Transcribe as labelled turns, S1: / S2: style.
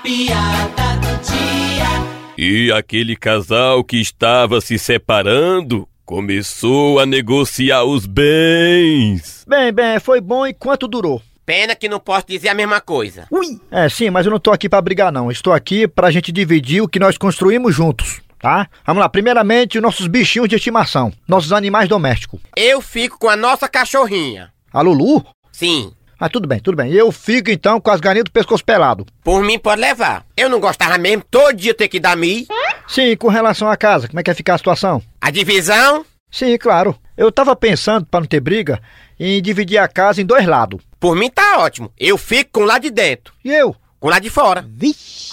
S1: piada do dia.
S2: E aquele casal que estava se separando começou a negociar os bens.
S3: Bem, bem, foi bom enquanto durou.
S4: Pena que não posso dizer a mesma coisa.
S3: Ui! É, sim, mas eu não tô aqui pra brigar, não. Estou aqui pra gente dividir o que nós construímos juntos, tá? Vamos lá, primeiramente, os nossos bichinhos de estimação, nossos animais domésticos.
S4: Eu fico com a nossa cachorrinha.
S3: A Lulu?
S4: Sim,
S3: Ah, tudo bem, tudo bem. Eu fico então com as galinhas do pescoço pelado.
S4: por mim pode levar. Eu não gostava mesmo todo dia ter que dar mi.
S3: Sim, com relação à casa, como é que vai ficar a situação?
S4: A divisão,
S3: Sim, claro. Eu tava pensando, pra não ter briga, em dividir a casa em dois lados.
S4: por mim tá ótimo. Eu fico com lá de dentro,
S3: E eu?
S4: com lá de fora.
S3: Vixe!